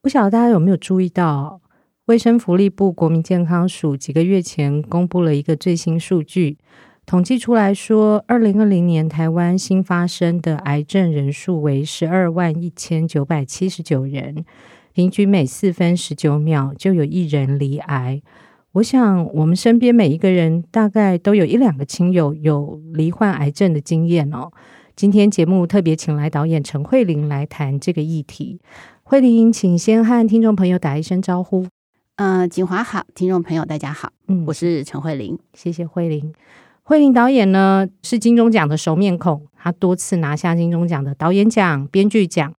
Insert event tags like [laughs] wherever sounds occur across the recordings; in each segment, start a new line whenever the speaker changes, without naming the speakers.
不晓得大家有没有注意到，卫生福利部国民健康署几个月前公布了一个最新数据，统计出来说，二零二零年台湾新发生的癌症人数为十二万一千九百七十九人，平均每四分十九秒就有一人罹癌。我想，我们身边每一个人大概都有一两个亲友有罹患癌症的经验哦。今天节目特别请来导演陈慧琳来谈这个议题。慧琳，请先和听众朋友打一声招呼。
呃，锦华好，听众朋友大家好，
嗯
我是陈慧琳。
谢谢慧玲。慧玲导演呢是金钟奖的熟面孔，她多次拿下金钟奖的导演奖、编剧奖。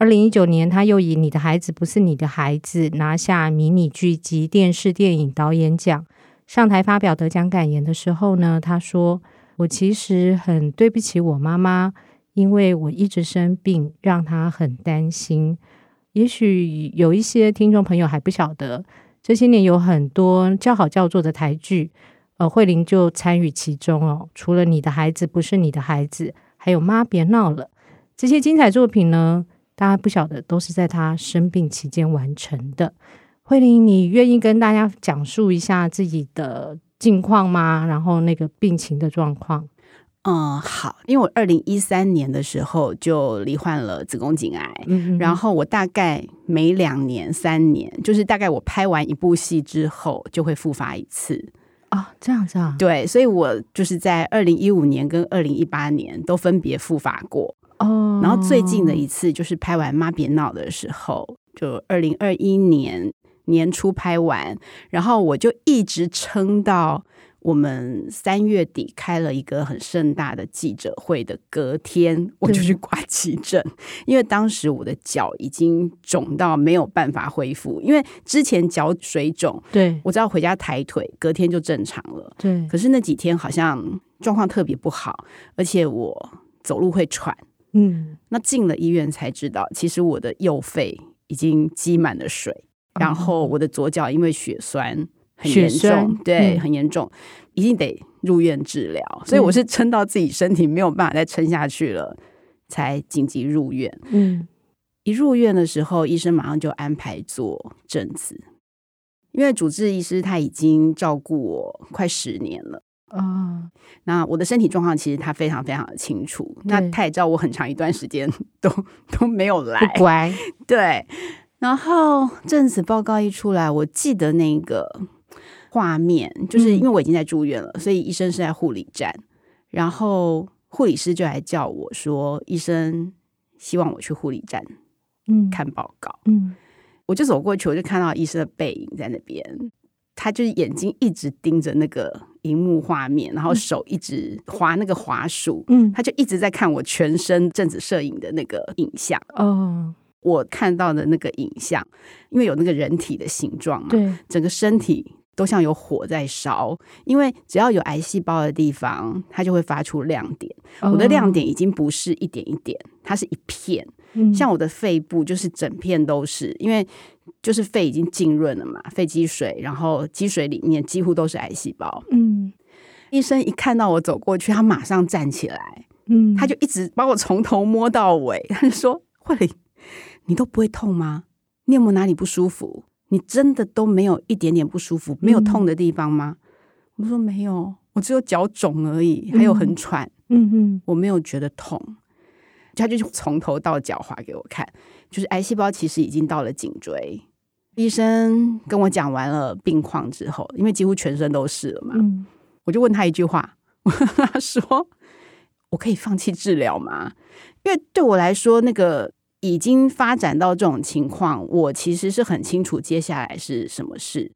二零一九年，她又以《你的孩子不是你的孩子》拿下迷你剧集、电视电影导演奖。上台发表得奖感言的时候呢，她说：“我其实很对不起我妈妈，因为我一直生病，让她很担心。也许有一些听众朋友还不晓得，这些年有很多叫好叫座的台剧，呃，慧玲就参与其中哦。除了你的孩子不是你的孩子，还有妈别闹了这些精彩作品呢，大家不晓得都是在她生病期间完成的。慧玲，你愿意跟大家讲述一下自己的近况吗？然后那个病情的状况？
嗯，好，因为我二零一三年的时候就罹患了子宫颈癌，
嗯
然后我大概每两年、三年，就是大概我拍完一部戏之后就会复发一次。
啊、这样子啊，
对，所以我就是在二零一五年跟二零一八年都分别复发过，
哦，
然后最近的一次就是拍完《妈别闹》的时候，就二零二一年年初拍完，然后我就一直撑到我们三月底开了一个很盛大的记者会的隔天，我就去挂急诊，因为当时我的脚已经肿到没有办法恢复，因为之前脚水肿，
对
我只要回家抬腿，隔天就正常了。
对，
可是那几天好像状况特别不好，而且我走路会喘。
嗯，
那进了医院才知道，其实我的右肺已经积满了水，然后我的左脚因为血栓很严
哦血栓
重，对，
嗯
很严重，一定得入院治疗。所以我是撑到自己身体没有办法再撑下去了，才紧急入院。
嗯
一入院的时候，医生马上就安排做正子，因为主治医师他已经照顾我快十年了。哦
啊，
那我的身体状况其实他非常非常的清楚，那
对
他也知道我很长一段时间 [laughs] 都都没有来，
不乖，
对。然后正子报告一出来，我记得那个画面，就是因为我已经在住院了，所以医生是在护理站，然后护理师就来叫我说，医生希望我去护理站
嗯，，
看报告。
嗯
我就走过去，我就看到医生的背影在那边，他就是眼睛一直盯着那个荧幕画面，然后手一直划那个滑鼠，
嗯，
他就一直在看我全身正子摄影的那个影像。
哦，
我看到的那个影像，因为有那个人体的形状嘛，
对，
整个身体都像有火在烧，因为只要有癌细胞的地方，它就会发出亮点。我的亮点已经不是一点一点，它是一片。
哦，
像我的肺部就是整片都是，因为就是肺已经浸润了嘛，肺积水，然后积水里面几乎都是癌细胞。
嗯
医生一看到我走过去，他马上站起来，
嗯，
他就一直把我从头摸到尾，他就说：“慧玲，你都不会痛吗？你有没有哪里不舒服？你真的都没有一点点不舒服，没有痛的地方吗？”我说：“没有，我只有脚肿而已，还有很喘。
嗯嗯
我没有觉得痛。他就从头到脚划给我看，就是癌细胞其实已经到了颈椎。医生跟我讲完了病况之后，因为几乎全身都是了嘛，
嗯，
我就问他一句话， [laughs] 我跟他说：“我可以放弃治疗吗？”因为对我来说，那个已经发展到这种情况，我其实是很清楚接下来是什么事。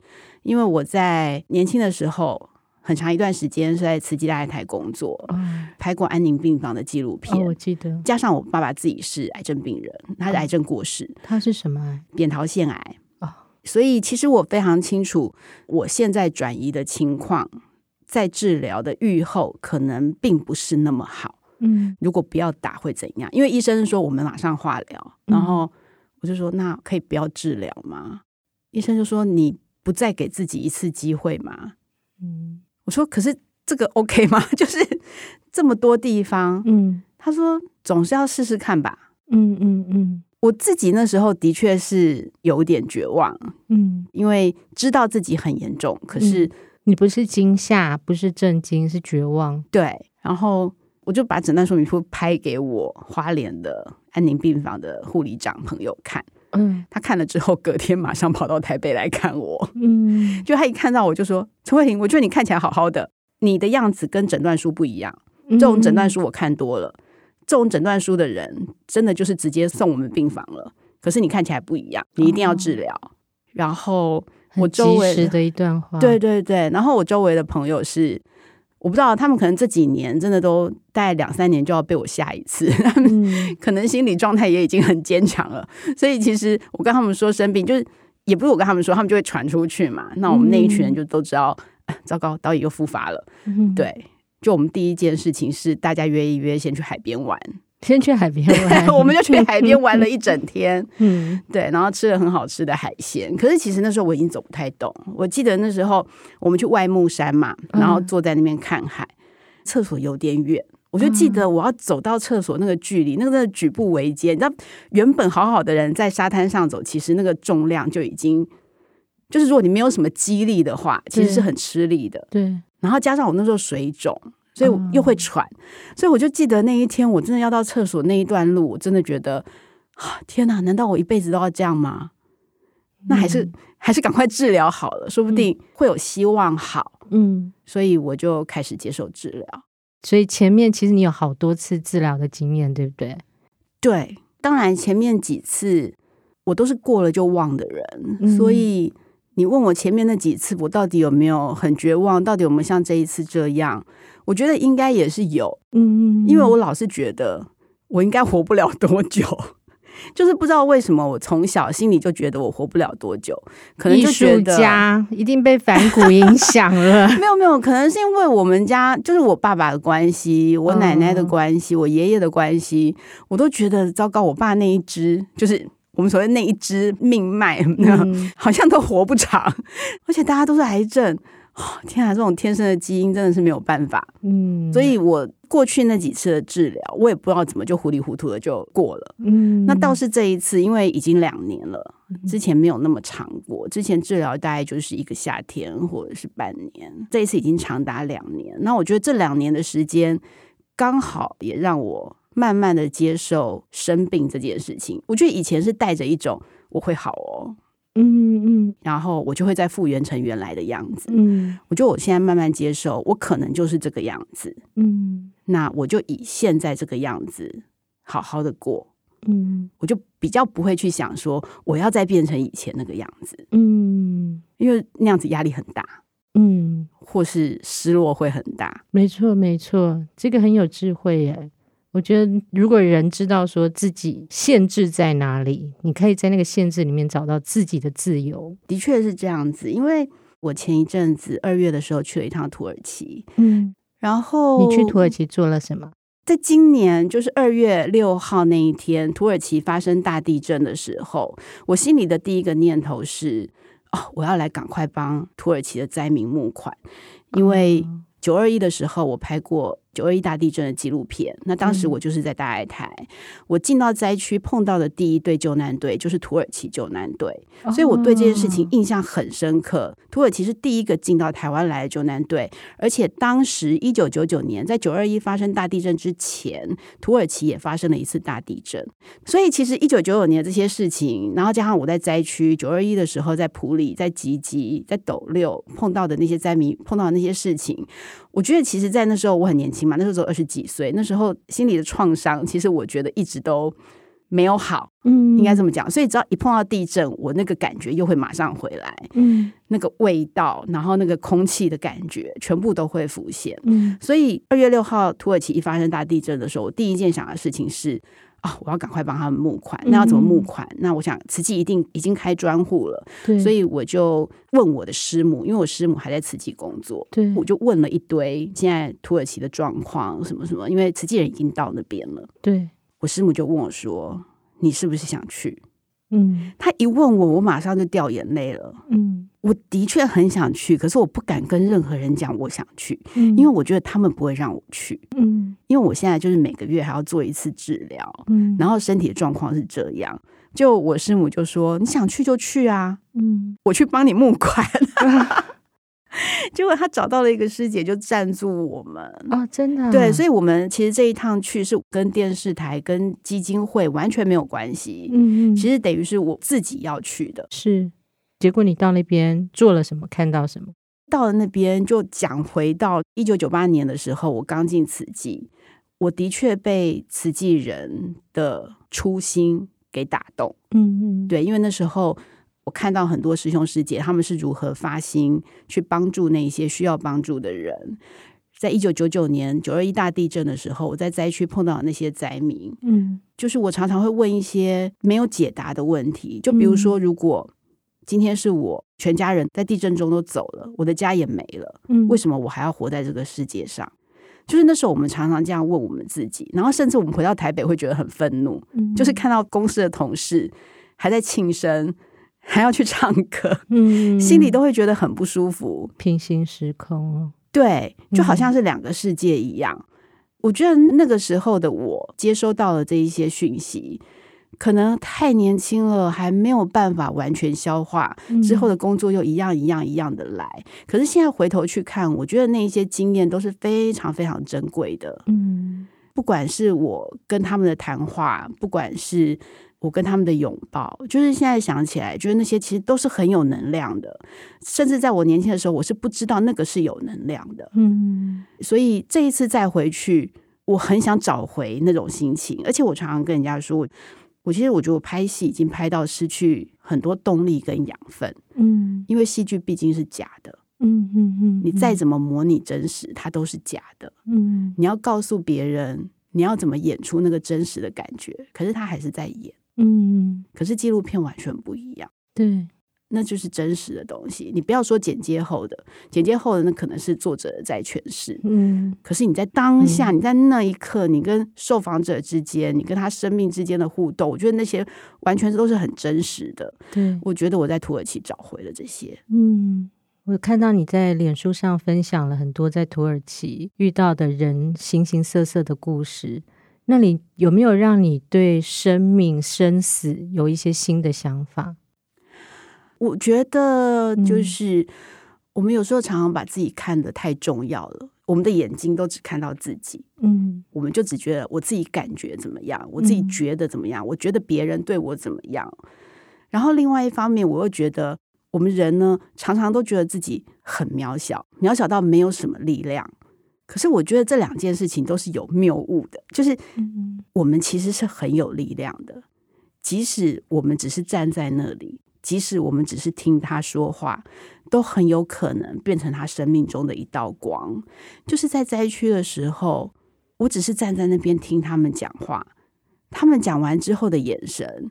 因为我在年轻的时候很长一段时间是在慈济大爱台工作，
哦，
拍过安宁病房的纪录片。
我记得
加上我爸爸自己是癌症病人，他是癌症过世，
它是什么癌？
扁桃腺癌
哦
所以其实我非常清楚我现在转移的情况，在治疗的预后可能并不是那么好。
嗯，
如果不要打会怎样？因为医生说我们马上化疗，然后我就说那可以不要治疗吗？医生就说你不再给自己一次机会吗？
嗯
我说可是这个 OK 吗？ [laughs] 就是这么多地方，
嗯
他说总是要试试看吧。
嗯嗯
我自己那时候的确是有点绝望，
嗯，
因为知道自己很严重，可是、
你不是惊吓，不是震惊，是绝望。
对，然后我就把诊断说明书拍给我花莲的安宁病房的护理长朋友看，
嗯
他看了之后，隔天马上跑到台北来看我， [laughs]
嗯
就他一看到我就说：“陈慧婷，我觉得你看起来好好的，你的样子跟诊断书不一样，
嗯
这种诊断书我看多了。”这种诊断书的人，真的就是直接送我们病房了。可是你看起来不一样，你一定要治疗。然后
哦很
我周围
及时的一段话。
对，对对，然后我周围的朋友是，我不知道他们可能这几年真的都大概两三年就要被我吓一次， [laughs] 他们
嗯
可能心理状态也已经很坚强了。所以其实我跟他们说生病，就是也不是我跟他们说，他们就会传出去嘛。那我们那一群人就都知道，啊糟糕，导演又复发了。
嗯，
对，就我们第一件事情是大家约一约，先去海边玩， [laughs]
先去海边玩，
我们就去海边玩了一整天。
嗯
对，然后吃了很好吃的海鲜。可是其实那时候我已经走不太动。我记得那时候我们去外木山嘛，
嗯
然后坐在那边看海，厕所有点远。我就记
嗯
得我要走到厕所那个距离，那个真的举步维艰。你知道，原本好好的人在沙滩上走，其实那个重量就已经，就是如果你没有什么肌力的话，其实是
对
很吃力的。
对，
然后加上我那时候水肿，所以我
嗯
又会喘，所以我就记得那一天我真的要到厕所那一段路，我真的觉得，啊天哪，难道我一辈子都要这样吗？那还是、还是赶快治疗好了，说不定会有希望好。
嗯。
所以我就开始接受治疗。
所以前面其实你有好多次治疗的经验，对不对？
对，当然前面几次我都是过了就忘的人，
嗯
所以你问我前面那几次我到底有没有很绝望，到底有没有像这一次这样，我觉得应该也是有，
嗯
因为我老是觉得我应该活不了多久， [laughs] 就是不知道为什么我从小心里就觉得我活不了多久，可能
艺
就觉
术
得
家一定被反骨影响
[laughs]
了。
没有没有，可能是因为我们家就是我爸爸的关系，我奶奶
嗯
的关系，我爷爷的关系，我都觉得糟糕，我爸那一只就是我们所谓那一只命脉， [laughs]
嗯
好像都活不长， [laughs] 而且大家都是癌症。 [sighs] 哦、天啊，这种天生的基因真的是没有办法，
嗯，
所以我过去那几次的治疗，我也不知道怎么就糊里糊涂的就过了。
嗯，
那倒是这一次，因为已经两年了，之前没有那么长过，之前治疗大概就是一个夏天或者是半年，这一次已经长达两年。那我觉得这两年的时间，刚好也让我慢慢的接受生病这件事情。我觉得以前是带着一种我会好哦，
嗯嗯
然后我就会再复原成原来的样子。
嗯
我觉得我现在慢慢接受，我可能就是这个样子，
嗯
那我就以现在这个样子好好的过。
嗯
我就比较不会去想说我要再变成以前那个样子，
嗯
因为那样子压力很大，
嗯，
或是失落会很大。
没错没错，这个很有智慧耶。我觉得，如果人知道说自己限制在哪里，你可以在那个限制里面找到自己的自由。
的确是这样子，因为我前一阵子二月的时候去了一趟土耳其，
嗯，
然后
你去土耳，其做了什么？
在今年就是二月六号那一天，土耳其发生大地震的时候，我心里的第一个念头是。哦，我要来赶快帮土耳其的灾民募款，因为
嗯
九二一的时候，我拍过九二一大地震的纪录片。那当时
嗯
我就是在大爱台，我进到灾区碰到的第一队救难队就是土耳其救难队，
哦
所以我对这件事情印象很深刻。土耳其是第一个进到台湾来的救难队，而且当时一九九九年在九二一发生大地震之前，土耳其也发生了一次大地震。所以其实一九九九年这些事情，然后加上我在灾区九二一的时候，在普里、在吉吉、在斗六碰到的那些灾民碰到的那些事情，我觉得其实，在那时候我很年轻嘛，那时候只有二十几岁，那时候心里的创伤，其实我觉得一直都没有好，
嗯
应该这么讲。所以只要一碰到地震，我那个感觉又会马上回来，
嗯
那个味道，然后那个空气的感觉，全部都会浮现。
嗯
所以二月六号土耳其一发生大地震的时候，我第一件想的事情是啊、我要赶快帮他们募款。那要怎么募款？那我想慈济一定已经开专户了，
对，
所以我就问我的师母，因为我师母还在慈济工作。
对
我就问了一堆现在土耳其的状况什么什么，因为慈济人已经到那边了。
对
我师母就问我说：“你是不是想去
嗯？”
她一问我，我马上就掉眼泪了。
嗯
我的确很想去，可是我不敢跟任何人讲我想去，
嗯，
因为我觉得他们不会让我去。
嗯
因为我现在就是每个月还要做一次治疗，
嗯，
然
后
后身体的状况是这样。就我师母就说：“你想去就去啊，
嗯
我去帮你募
[laughs]
款。”结果她找到了一个师姐，就赞助我们。
啊，真的啊
对，所以，我们其实这一趟去是跟电视台、跟基金会完全没有关系。
嗯嗯，
其实等于是我自己要去的。
是。结果你到那边做了什么？看到什么？
到了那边，就讲回到一九九八年的时候，我刚进慈济，我的确被慈济人的初心给打动。
嗯嗯，
对，因为那时候我看到很多师兄师姐他们是如何发心去帮助那一些需要帮助的人。在一九九九年九二一大地震的时候，我在灾区碰到的那些灾民，
嗯
就是我常常会问一些没有解答的问题，就比如说，如果今天是我全家人在地震中都走了，我的家也没了，
嗯，
为什么我还要活在这个世界上？就是那时候我们常常这样问我们自己，然后甚至我们回到台北会觉得很愤怒，
么
就是看到公司的同事还在庆生，还要去唱歌，
嗯，
[laughs] 心里都会觉得很不舒服。
平行时空哦。
对，就好像是两个世界一样。我觉得那个时候的我接收到了这一些讯息，可能太年轻了，还没有办法完全消化。
嗯
之后的工作又一样一样一样的来，可是现在回头去看，我觉得那一些经验都是非常非常珍贵的。
嗯，
不管是我跟他们的谈话，不管是我跟他们的拥抱，就是现在想起来，觉得那些其实都是很有能量的。甚至在我年轻的时候，我是不知道那个是有能量的。
嗯
所以这一次再回去，我很想找回那种心情。而且我常常跟人家说，我我其实我觉得我拍戏已经拍到失去很多动力跟养分，
嗯嗯
因为戏剧毕竟是假的，
嗯嗯嗯，
你再怎么模拟真实，它都是假的。
嗯
你要告诉别人你要怎么演出那个真实的感觉，可是他还是在演。
嗯，
可是纪录片完全不一样，
对，
那就是真实的东西。你不要说剪接后的，剪接后的那可能是作者在诠释，
嗯
可是你在当下，你在那一刻，你跟受访者之间，你跟他生命之间的互动，我觉得那些完全都是很真实的。
对，
我觉得我在土耳其找回了这些。
嗯，我看到你在脸书上分享了很多在土耳其遇到的人形形色色的故事，那你有没有让你对生命、生死有一些新的想法？
我觉得就
嗯
是我们有时候常常把自己看得太重要了，我们的眼睛都只看到自己，
嗯
我们就只觉得我自己感觉怎么样，我自己
嗯
觉得怎么样，我觉得别人对我怎么样。然后另外一方面，我又觉得我们人呢，常常都觉得自己很渺小，渺小到没有什么力量。可是我觉得这两件事情都是有谬误的，就是
嗯
我们其实是很有力量的，即使我们只是站在那里，即使我们只是听他说话，都很有可能变成他生命中的一道光。就是在灾区的时候，我只是站在那边听他们讲话，他们讲完之后的眼神，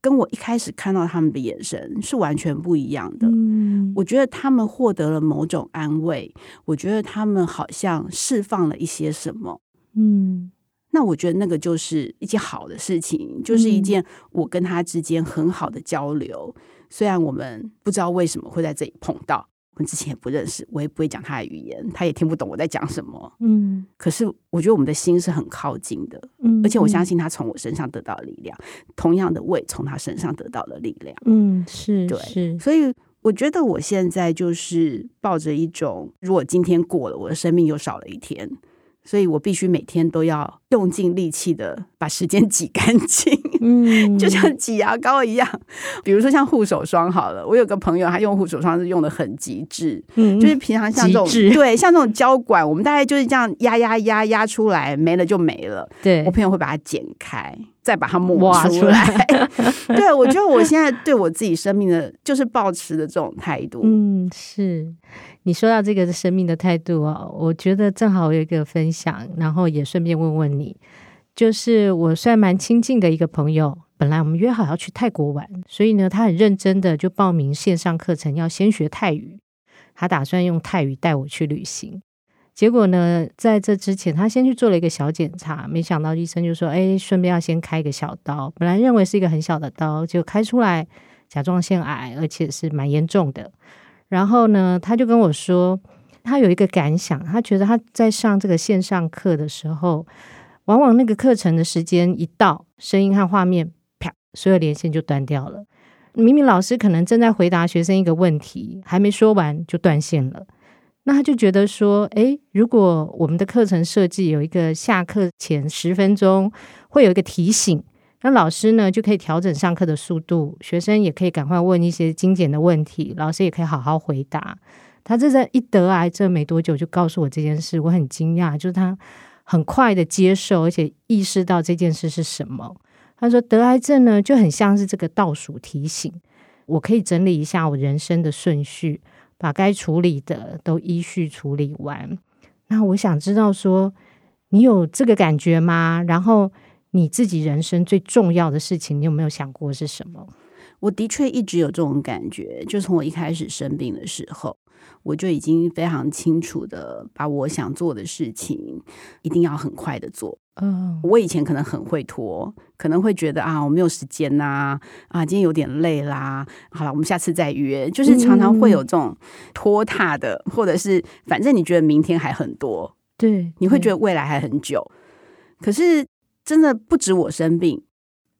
跟我一开始看到他们的眼神是完全不一样的。
嗯
我觉得他们获得了某种安慰，我觉得他们好像释放了一些什么。
嗯
那我觉得那个就是一件好的事情，就是一件我跟他之间很好的交流。虽然我们不知道为什么会在这里碰到，我们之前也不认识，我也不会讲他的语言，他也听不懂我在讲什么。
嗯
可是我觉得我们的心是很靠近的，
嗯，
而且我相
信，
信他从我身上得到的力量，同样的我也从他身上得到了力量。
嗯，是，
对
是，
所以我觉得我现在就是抱着一种，如果今天过了，我的生命又少了一 [laughs] 天，所以我必须每天都要用尽力气的把时间挤干净。
嗯，
就像挤牙膏一样。比如说像护手霜好了，我有个朋友他用护手霜是用的很极致，
嗯
就是平常像这种
极致
对像这种胶管，我们大概就是这样压压压压出来，没了就没了。
对
我，朋友会把它剪开，再把它抹
挖
出
出
来。 [laughs] 对，我觉得我现在对我自己生命的，就是保持的这种态度。
嗯，是你说到这个生命的态度啊，我觉得正好有一个分享，然后也顺便问问你，就是我算蛮亲近的一个朋友，本来我们约好要去泰国玩，所以呢，他很认真的就报名线上课程，要先学泰语，他打算用泰语带我去旅行。结果呢，在这之前，他先去做了一个小检查，没想到医生就说：“哎，顺便要先开一个小刀。”本来认为是一个很小的刀，就开出来甲状腺癌，而且是蛮严重的。然后呢，他就跟我说，他有一个感想，他觉得他在上这个线上课的时候，往往那个课程的时间一到，声音和画面啪，所有连线就断掉了。明明老师可能正在回答学生一个问题，还没说完就断线了。那他就觉得说，诶，如果我们的课程设计有一个下课前十分钟会有一个提醒，那老师呢就可以调整上课的速度，学生也可以赶快问一些精简的问题，老师也可以好好回答。他这在一得癌症没多久就告诉我这件事，我很惊讶，就是他很快的接受，而且意识到这件事是什么。他说得癌症呢就很像是这个倒数提醒，我可以整理一下我人生的顺序，把该处理的都依序处理完。那我想知道说，你有这个感觉吗？然后你自己人生最重要的事情，你有没有想过是什么？
我的确一直有这种感觉，就从我一开始生病的时候，我就已经非常清楚的把我想做的事情一定要很快的做。
嗯
我以前可能很会拖，可能会觉得啊，我没有时间呐、啊，今天有点累啦，好了，我们下次再约。就是常常会有这种拖沓的，或者是反正你觉得明天还很多，
对，
你会觉
得
得未来还很久。可是真的不止我生病，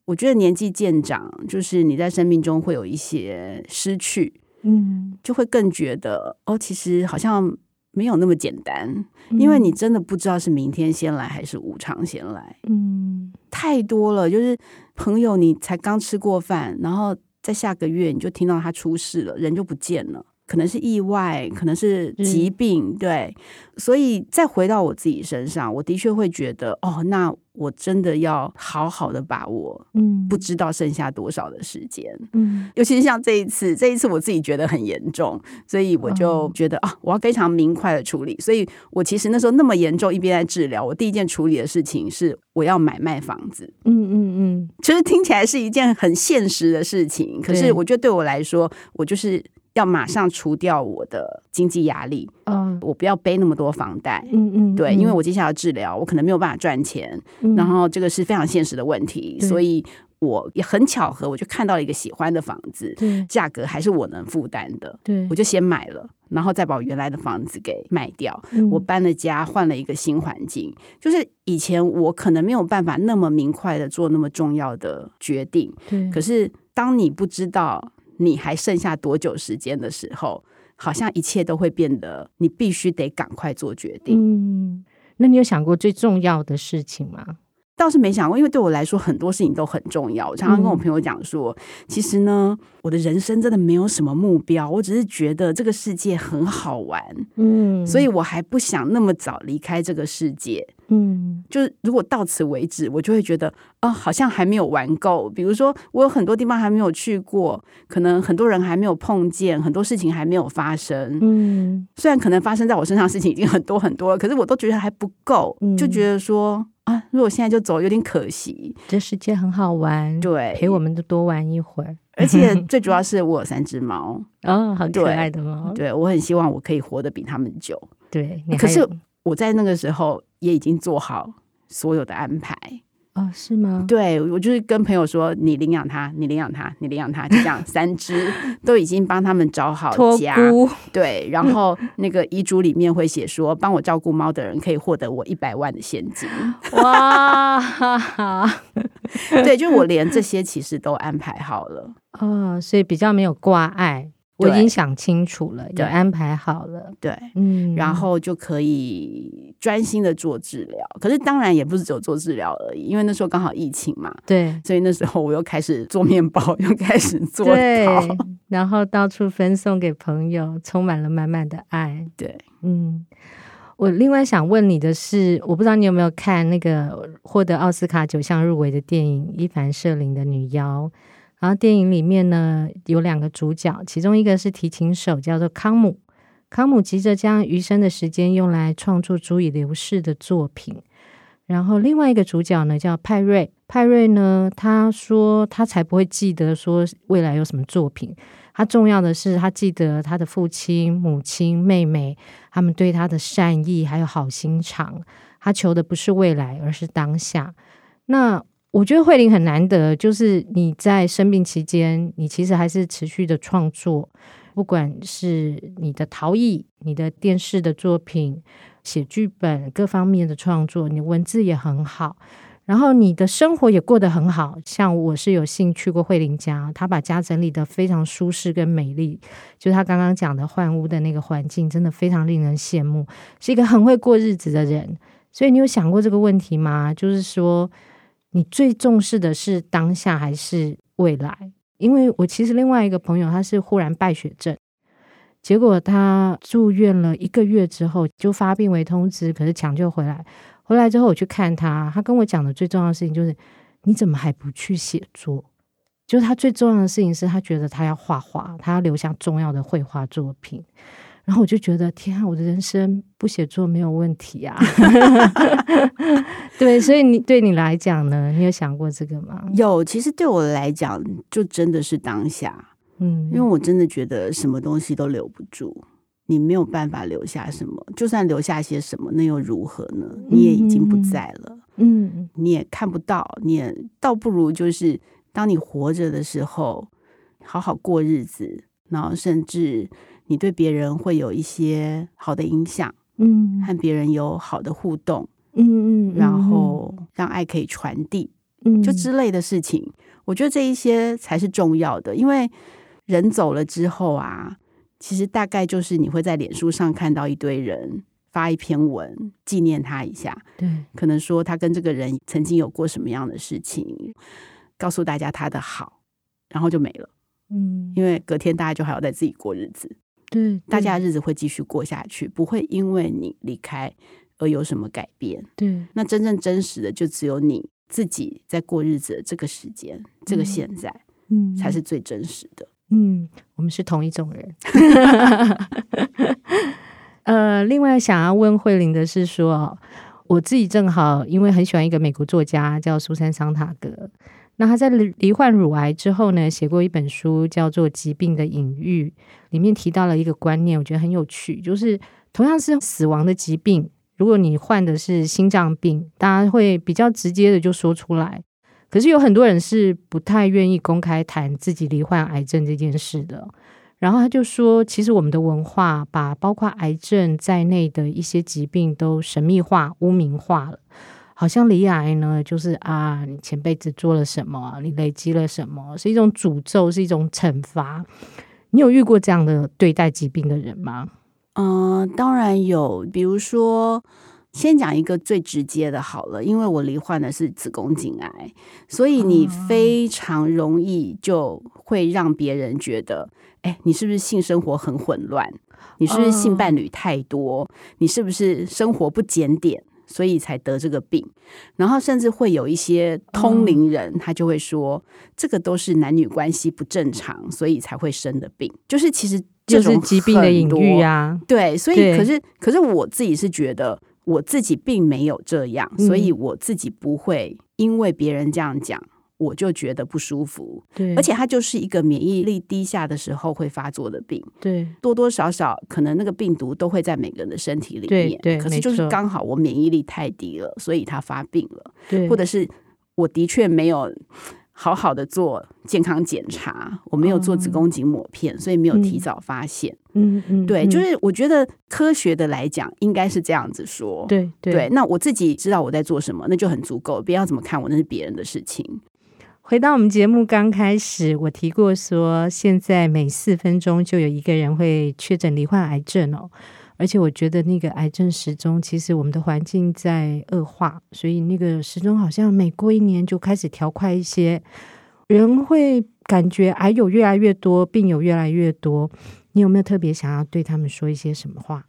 我觉得年纪渐长，就是你在生命中会有一些失去，
嗯，
就会更觉得哦，其实好像没有那么简单，因为你真的不知道是明天先来还是无常先来，
嗯
太多了。就是朋友，你才刚吃过饭，然后在下个月你就听到他出事了，人就不见了。可能是意外，可能是疾病，对，所以再回到我自己身上，我的确会觉得，哦，那我真的要好好的把握，
嗯
不知道剩下多少的时间。
嗯
尤其是像这一次，这一次我自己觉得很严重，所以我就
哦
觉得、啊，我要非常明快的处理。所以我其实那时候那么严重，一边在治疗，我第一件处理的事情是我要买卖房子。
嗯嗯嗯
其实听起来是一件很现实的事情，可是
对
我觉得对我来说，我就是要马上除掉我的经济压力，
哦
我不要背那么多房贷。
嗯嗯，
对，
嗯
因为我接下来要治疗，我可能没有办法赚钱，
嗯
然后这个是非常现实的问题，
对
所以我也很巧合，我就看到了一个喜欢的房子，
对
价格还是我能负担的，
嗯对
我，就先买了，然后再把我原来的房子给卖掉。
嗯
我搬了家，换了一个新环境。就是以前我可能没有办法那么明快的做那么重要的决定，
对
可是当你不知道你还剩下多久时间的时候，好像一切都会变得你必须得赶快做决定。
嗯，那你有想过最重要的事情吗？
倒是没想过，因为对我来说很多事情都很重要。我常常跟
嗯
我朋友讲说，其实呢，我的人生真的没有什么目标，我只是觉得这个世界很好玩，
嗯
所以我还不想那么早离开这个世界。
嗯
就是如果到此为止，我就会觉得啊、好像还没有玩够。比如说，我有很多地方还没有去过，可能很多人还没有碰见，很多事情还没有发生。
嗯
虽然可能发生在我身上的事情已经很多很多了，可是我都觉得还不够
嗯，
就觉得说啊，如果现在就走有点可惜。
这世界很好玩，
对，
嗯陪我们都多玩一会儿。
而且最主要是我有三只猫，
[laughs] 哦，很可
对
爱的猫，
对我很希望我可以活得比它们久。
对，你
可
还
是
有
我在那个时候也已经做好所有的安排，
哦，是吗？
对我就是跟朋友说，你领养它，你领养它，你领养它，就这样，三
[laughs]
只都已经帮他们找好
托
家，
孤，
对，然后那个遗嘱里面会写说，帮我照顾猫的人可以获得我一百万的现金，
哇，哈 [laughs] 哈，
对，就是我连这些其实都安排好了。
哦，所以比较没有挂碍，我已经
对
想清楚了，也
对
安排好了，
对，
嗯，
然后就可以专心的做治疗。可是当然也不是只有做治疗而已，因为那时候刚好疫情嘛，
对
所以那时候我又开始做面包，又开始做
对
[laughs] 陶，，
然后到处分送给朋友，充满了满满的爱。
对，
嗯，我另外想问你的是，我不知道你有没有看那个获得奥斯卡九项入围的电影《伊凡舍林的女妖》。然后电影里面呢有两个主角，其中一个是提琴手，叫做康姆。康姆急着将余生的时间用来创作足以流逝的作品。然后另外一个主角呢叫派瑞，派瑞呢他说他才不会记得说未来有什么作品，他重要的是他记得他的父亲、母亲、妹妹，他们对他的善意还有好心肠。他求的不是未来，而是当下。那我觉得慧玲很难得，就是你在生病期间，你其实还是持续的创作，不管是你的陶艺、你的电视的作品、写剧本各方面的创作，你文字也很好。然后你的生活也过得很好，像我是有幸去过慧玲家，她把家整理得非常舒适跟美丽，就是他刚刚讲的换屋的那个环境，真的非常令人羡慕，是一个很会过日子的人。所以你有想过这个问题吗？就是说，你最重视的是当下还是未来？因为我其实另外一个朋友，他是忽然败血症，结果他住院了一个月之后就发病危通知，可是抢救回来。回来之后我去看他，他跟我讲的最重要的事情就是，你怎么还不去写作？就是他最重要的事情是他觉得他要画画，他要留下重要的绘画作品。然后我就觉得，天啊，我的人生不写作没有问题啊。 [laughs] 对，所以你对你来讲呢，你有想过这个吗？
有，其实对我来讲，就真的是当下，
嗯，
因为我真的觉得什么东西都留不住，你没有办法留下什么，就算留下些什么，那又如何呢？你也已经不
嗯
在了，
嗯
你也看不到，你也倒不如就是当你活着的时候，好好过日子，然后甚至你对别人会有一些好的影响，
嗯
和别人有好的互动，
嗯嗯，
然后让爱可以传递，
嗯
就之类的事情。我觉得这一些才是重要的，因为人走了之后啊，其实大概就是你会在脸书上看到一堆人发一篇文纪念他一下，
对，
可能说他跟这个人曾经有过什么样的事情，告诉大家他的好，然后就没了，
嗯，
因为隔天大家就还要再自己过日子，
对
大家的日子会继续过下去，不会因为你离开而有什么改变。
对
那真正真实的就只有你自己在过日子的这个时间，这个现在
嗯
才是最真实的。
嗯，我们是同一种人。 [laughs] 呃，另外想要问慧玲的是说，哦我自己正好因为很喜欢一个美国作家叫苏珊·桑塔格，那她在罹罹患乳癌之后呢，写过一本书叫做《疾病的隐喻》，里面提到了一个观念，我觉得很有趣，就是同样是死亡的疾病，如果你患的是心脏病，大家会比较直接的就说出来，可是有很多人是不太愿意公开谈自己罹患癌症这件事的。然后他就说，其实我们的文化把包括癌症在内的一些疾病都神秘化、污名化了。好像罹癌呢，就是啊，你前辈子做了什么，你累积了什么，是一种诅咒，是一种惩罚。你有遇过这样的对待疾病的人吗？
嗯、当然有，比如说，先讲一个最直接的好了，因为我罹患的是子宫颈癌，所以你
哦
非常容易就会让别人觉得，哎、你是不是性生活很混乱？你是不是性
哦
伴侣太多？你是不是生活不检点？所以才得这个病，然后甚至会有一些
哦
通灵人，他就会说，这个都是男女关系不正常，所以才会生的病。就是其实这
就是
种
疾病的
很
隐
多
喻啊，
对，所以
对
可是可是我自己是觉得我自己并没有这样，
嗯
所以我自己不会因为别人这样讲。我就觉得不舒服，
对，
而且它就是一个免疫力低下的时候会发作的病，
对
多多少少可能那个病毒都会在每个人的身体里
对
面。
对
可
没
是就
错
是刚好我免疫力太低了，所以它发病了，
对，
或者是我的确没有好好的做健康检查，我没有做子
哦
宫颈抹片，所以没有提
嗯
早发现。
嗯嗯，
对，就
嗯
是我觉得科学的来讲，应该是这样子说。
对对
那我自己知道我在做什么，那就很足够。别人要怎么看我，那是别人的事情。
回到我们节目刚开始，我提过说，现在每四分钟就有一个人会确诊罹患癌症哦。而且我觉得那个癌症时钟，其实我们的环境在恶化，所以那个时钟好像每过一年就开始调快一些，人会感觉癌友越来越多，病友越来越多。你有没有特别想要对他们说一些什么话？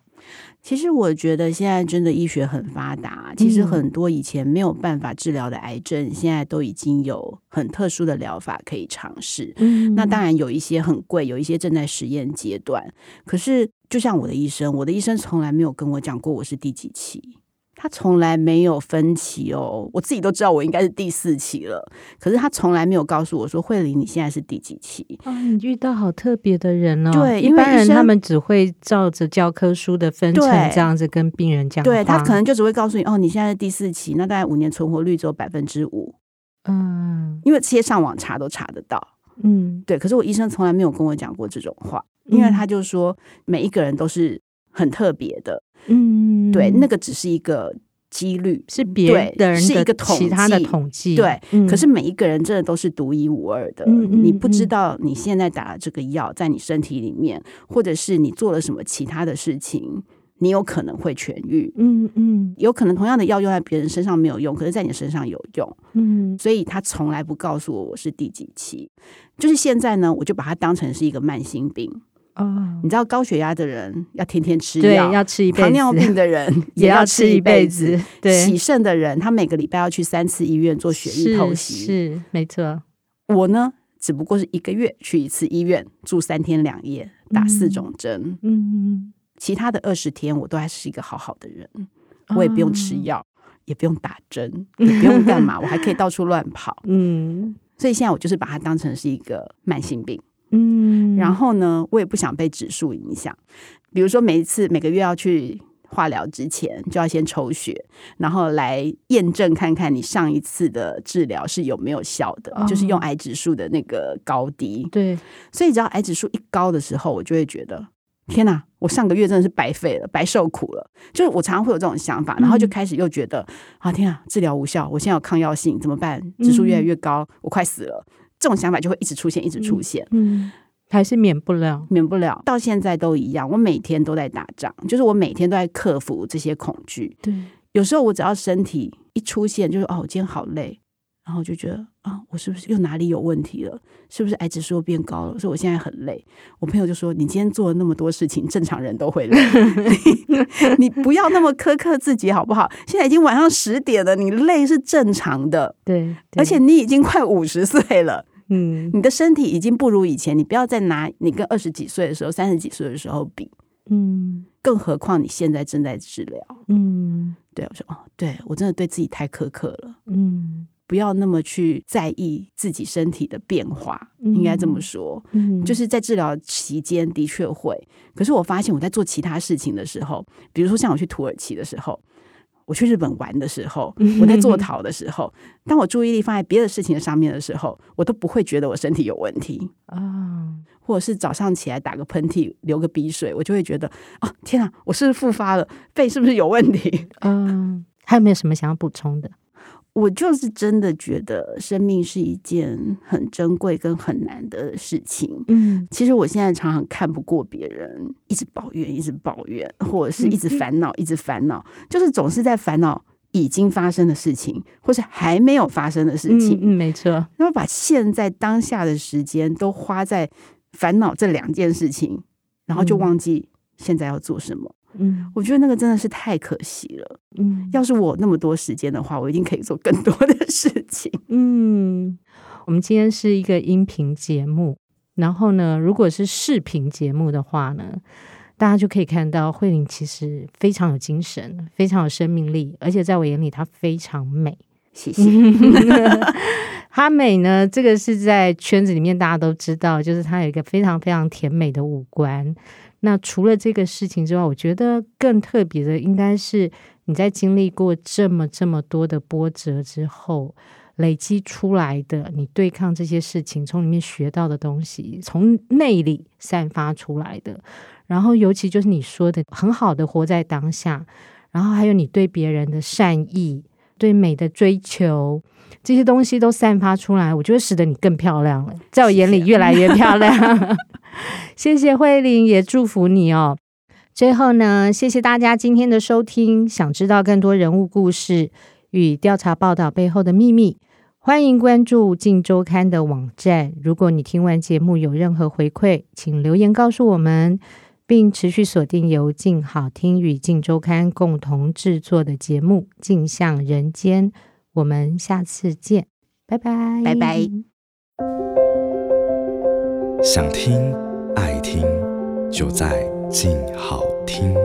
其实我觉得现在真的医学很发达，其实
嗯
很多以前没有办法治疗的癌症，现在都已经有很特殊的疗法可以尝试。
嗯
那当然有一些很贵，有一些正在实验阶段。可是就像我的医生，我的医生从来没有跟我讲过我是第几期，他从来没有分期哦。我自己都知道我应该是第四期了，可是他从来没有告诉我说慧玲你现在是第几期。
哦，你遇到好特别的人哦。
对
一
因为
般
医
人
生
他们只会照着教科书的分成
对
这样子跟病人讲话。
对他可能就只会告诉你哦，你现在是第四期，那大概五年存活率只有百分之五，
嗯
因为这些上网查都查得到。
嗯，
对，可是我医生从来没有跟我讲过这种话，因为他就说每一个人都是很特别的，
嗯
对，那
个
个只是一个几率。
是别人
对
的
是一个统
其他的
计
统计。
对
嗯，
可是每一个人真的都是独一无二的，
嗯嗯
你不知
嗯
道你现在打了这个药在你身体里面，或者是你做了什么其他的事情，你有可能会痊愈，
嗯嗯
有可能同样的药用在别人身上没有用，可是在你身上有用，
嗯
所以他从来不告诉我我是第几期。就是现在呢，我就把它当成是一个慢性病。
哦
你，知道高血压的人要天天吃
对，
药，
要吃一辈子，
糖尿病的人
[laughs] 也
要
要
吃
吃
一
一
辈
辈
子
子。，对
洗，肾的人，他每个礼拜要去三次医院做血液透
是
析。
是没错。
我呢，只不过是一个月去一次医院，住三天两夜，打四种针，
嗯，
其他的二十天我都还是一个好好的人，我也不用吃
哦。
药。也不用打针，也不用
[laughs]
干嘛，我还可以到处乱跑。
嗯
所以现在我就是把它当成是一个慢性病。
嗯，
然后呢，我也不想被指数影响。比如说，每一次每个月要去化疗之前，就要先抽血，然后来验证看看你上一次的治疗是有没有效的，
哦
就是用癌指数的那个高低。
对，
所以只要癌指数一高的时候，我就会觉得。
嗯
天呐，我上个月真的是白费了，白受苦了。就是我常常会有这种想法，然后就
嗯
开始又觉得、啊，天啊，治疗无效，我现在有抗药性，怎么办？
嗯
指数越来越高，我快死了。这种想法就会一直出现，一直出现。
嗯，还是免不了。
免不了，到现在都一样。我每天都在打仗，就是我每天都在克服这些恐惧。
对，
有时候我只要身体一出现，就是哦，我今天好累，然后我就觉得啊，我是不是又哪里有问题了？是不是癌指数又变高了？所以我现在很累。我朋友就说：“你今天做了那么多事情，正常人都会累， [laughs] 你你不要那么苛刻自己好不好？现在已经晚上十点了，你累是正常的，
对，
而且你已经快五十岁了。”
嗯
你的身体已经不如以前，你不要再拿你跟二十几岁的时候、三十几岁的时候比，
嗯
更何况你现在正在治疗。
嗯
对，我说哦，对我真的对自己太苛刻了，
嗯
不要那么去在意自己身体的变化，
嗯
应该这么说。
嗯，
就是在治疗期间的确会，可是我发现我在做其他事情的时候，比如说像我去土耳其的时候，我去日本玩的时候，我在做陶的时候，当我注意力放在别的事情上面的时候，我都不会觉得我身体有问题。
啊，
或者是早上起来打个喷嚏、流个鼻水，我就会觉得哦，天啊，我是不是复发了，肺是不是有问题？
嗯，还有没有什么想要补充的？
我就是真的觉得生命是一件很珍贵跟很难得的事情。
嗯
其实我现在常常看不过别人，一直抱怨，一直抱怨，或
嗯
者是一直烦恼，一直烦恼，就是总是在烦恼已经发生的事情，或是还没有发生的事情。
嗯，没错，
那么把现在当下的时间都花在烦恼这两件事情，然后就
嗯
忘记现在要做什么。
嗯
我觉得那个真的是太可惜了。
嗯
要是我有那么多时间的话，我一定可以做更多的事情。
嗯，我们今天是一个音频节目，然后呢，如果是视频节目的话呢，大家就可以看到慧玲其实非常有精神，非常有生命力，而且在我眼里她非常美。
谢谢。
[laughs] 哈美呢，这个是在圈子里面大家都知道，就是她有一个非常非常甜美的五官。那除了这个事情之外，我觉得更特别的应该是你在经历过这么这么多的波折之后，累积出来的你对抗这些事情，从里面学到的东西，从内里散发出来的。然后，尤其就是你说的很好的活在当下，然后还有你对别人的善意，对美的追求，这些东西都散发出来，我觉得使得你更漂亮了，在我眼里越来越漂亮。谢谢慧玲，也祝福你哦。最后呢，谢谢大家今天的收听。想知道更多人物故事与调查报道背后的秘密，欢迎关注《镜周刊》的网站。如果你听完节目有任何回馈，请留言告诉我们，并持续锁定由《静好听》与《镜周刊》共同制作的节目《镜向人间》。我们下次见，拜拜，
拜拜。
想听爱听，就在静好听。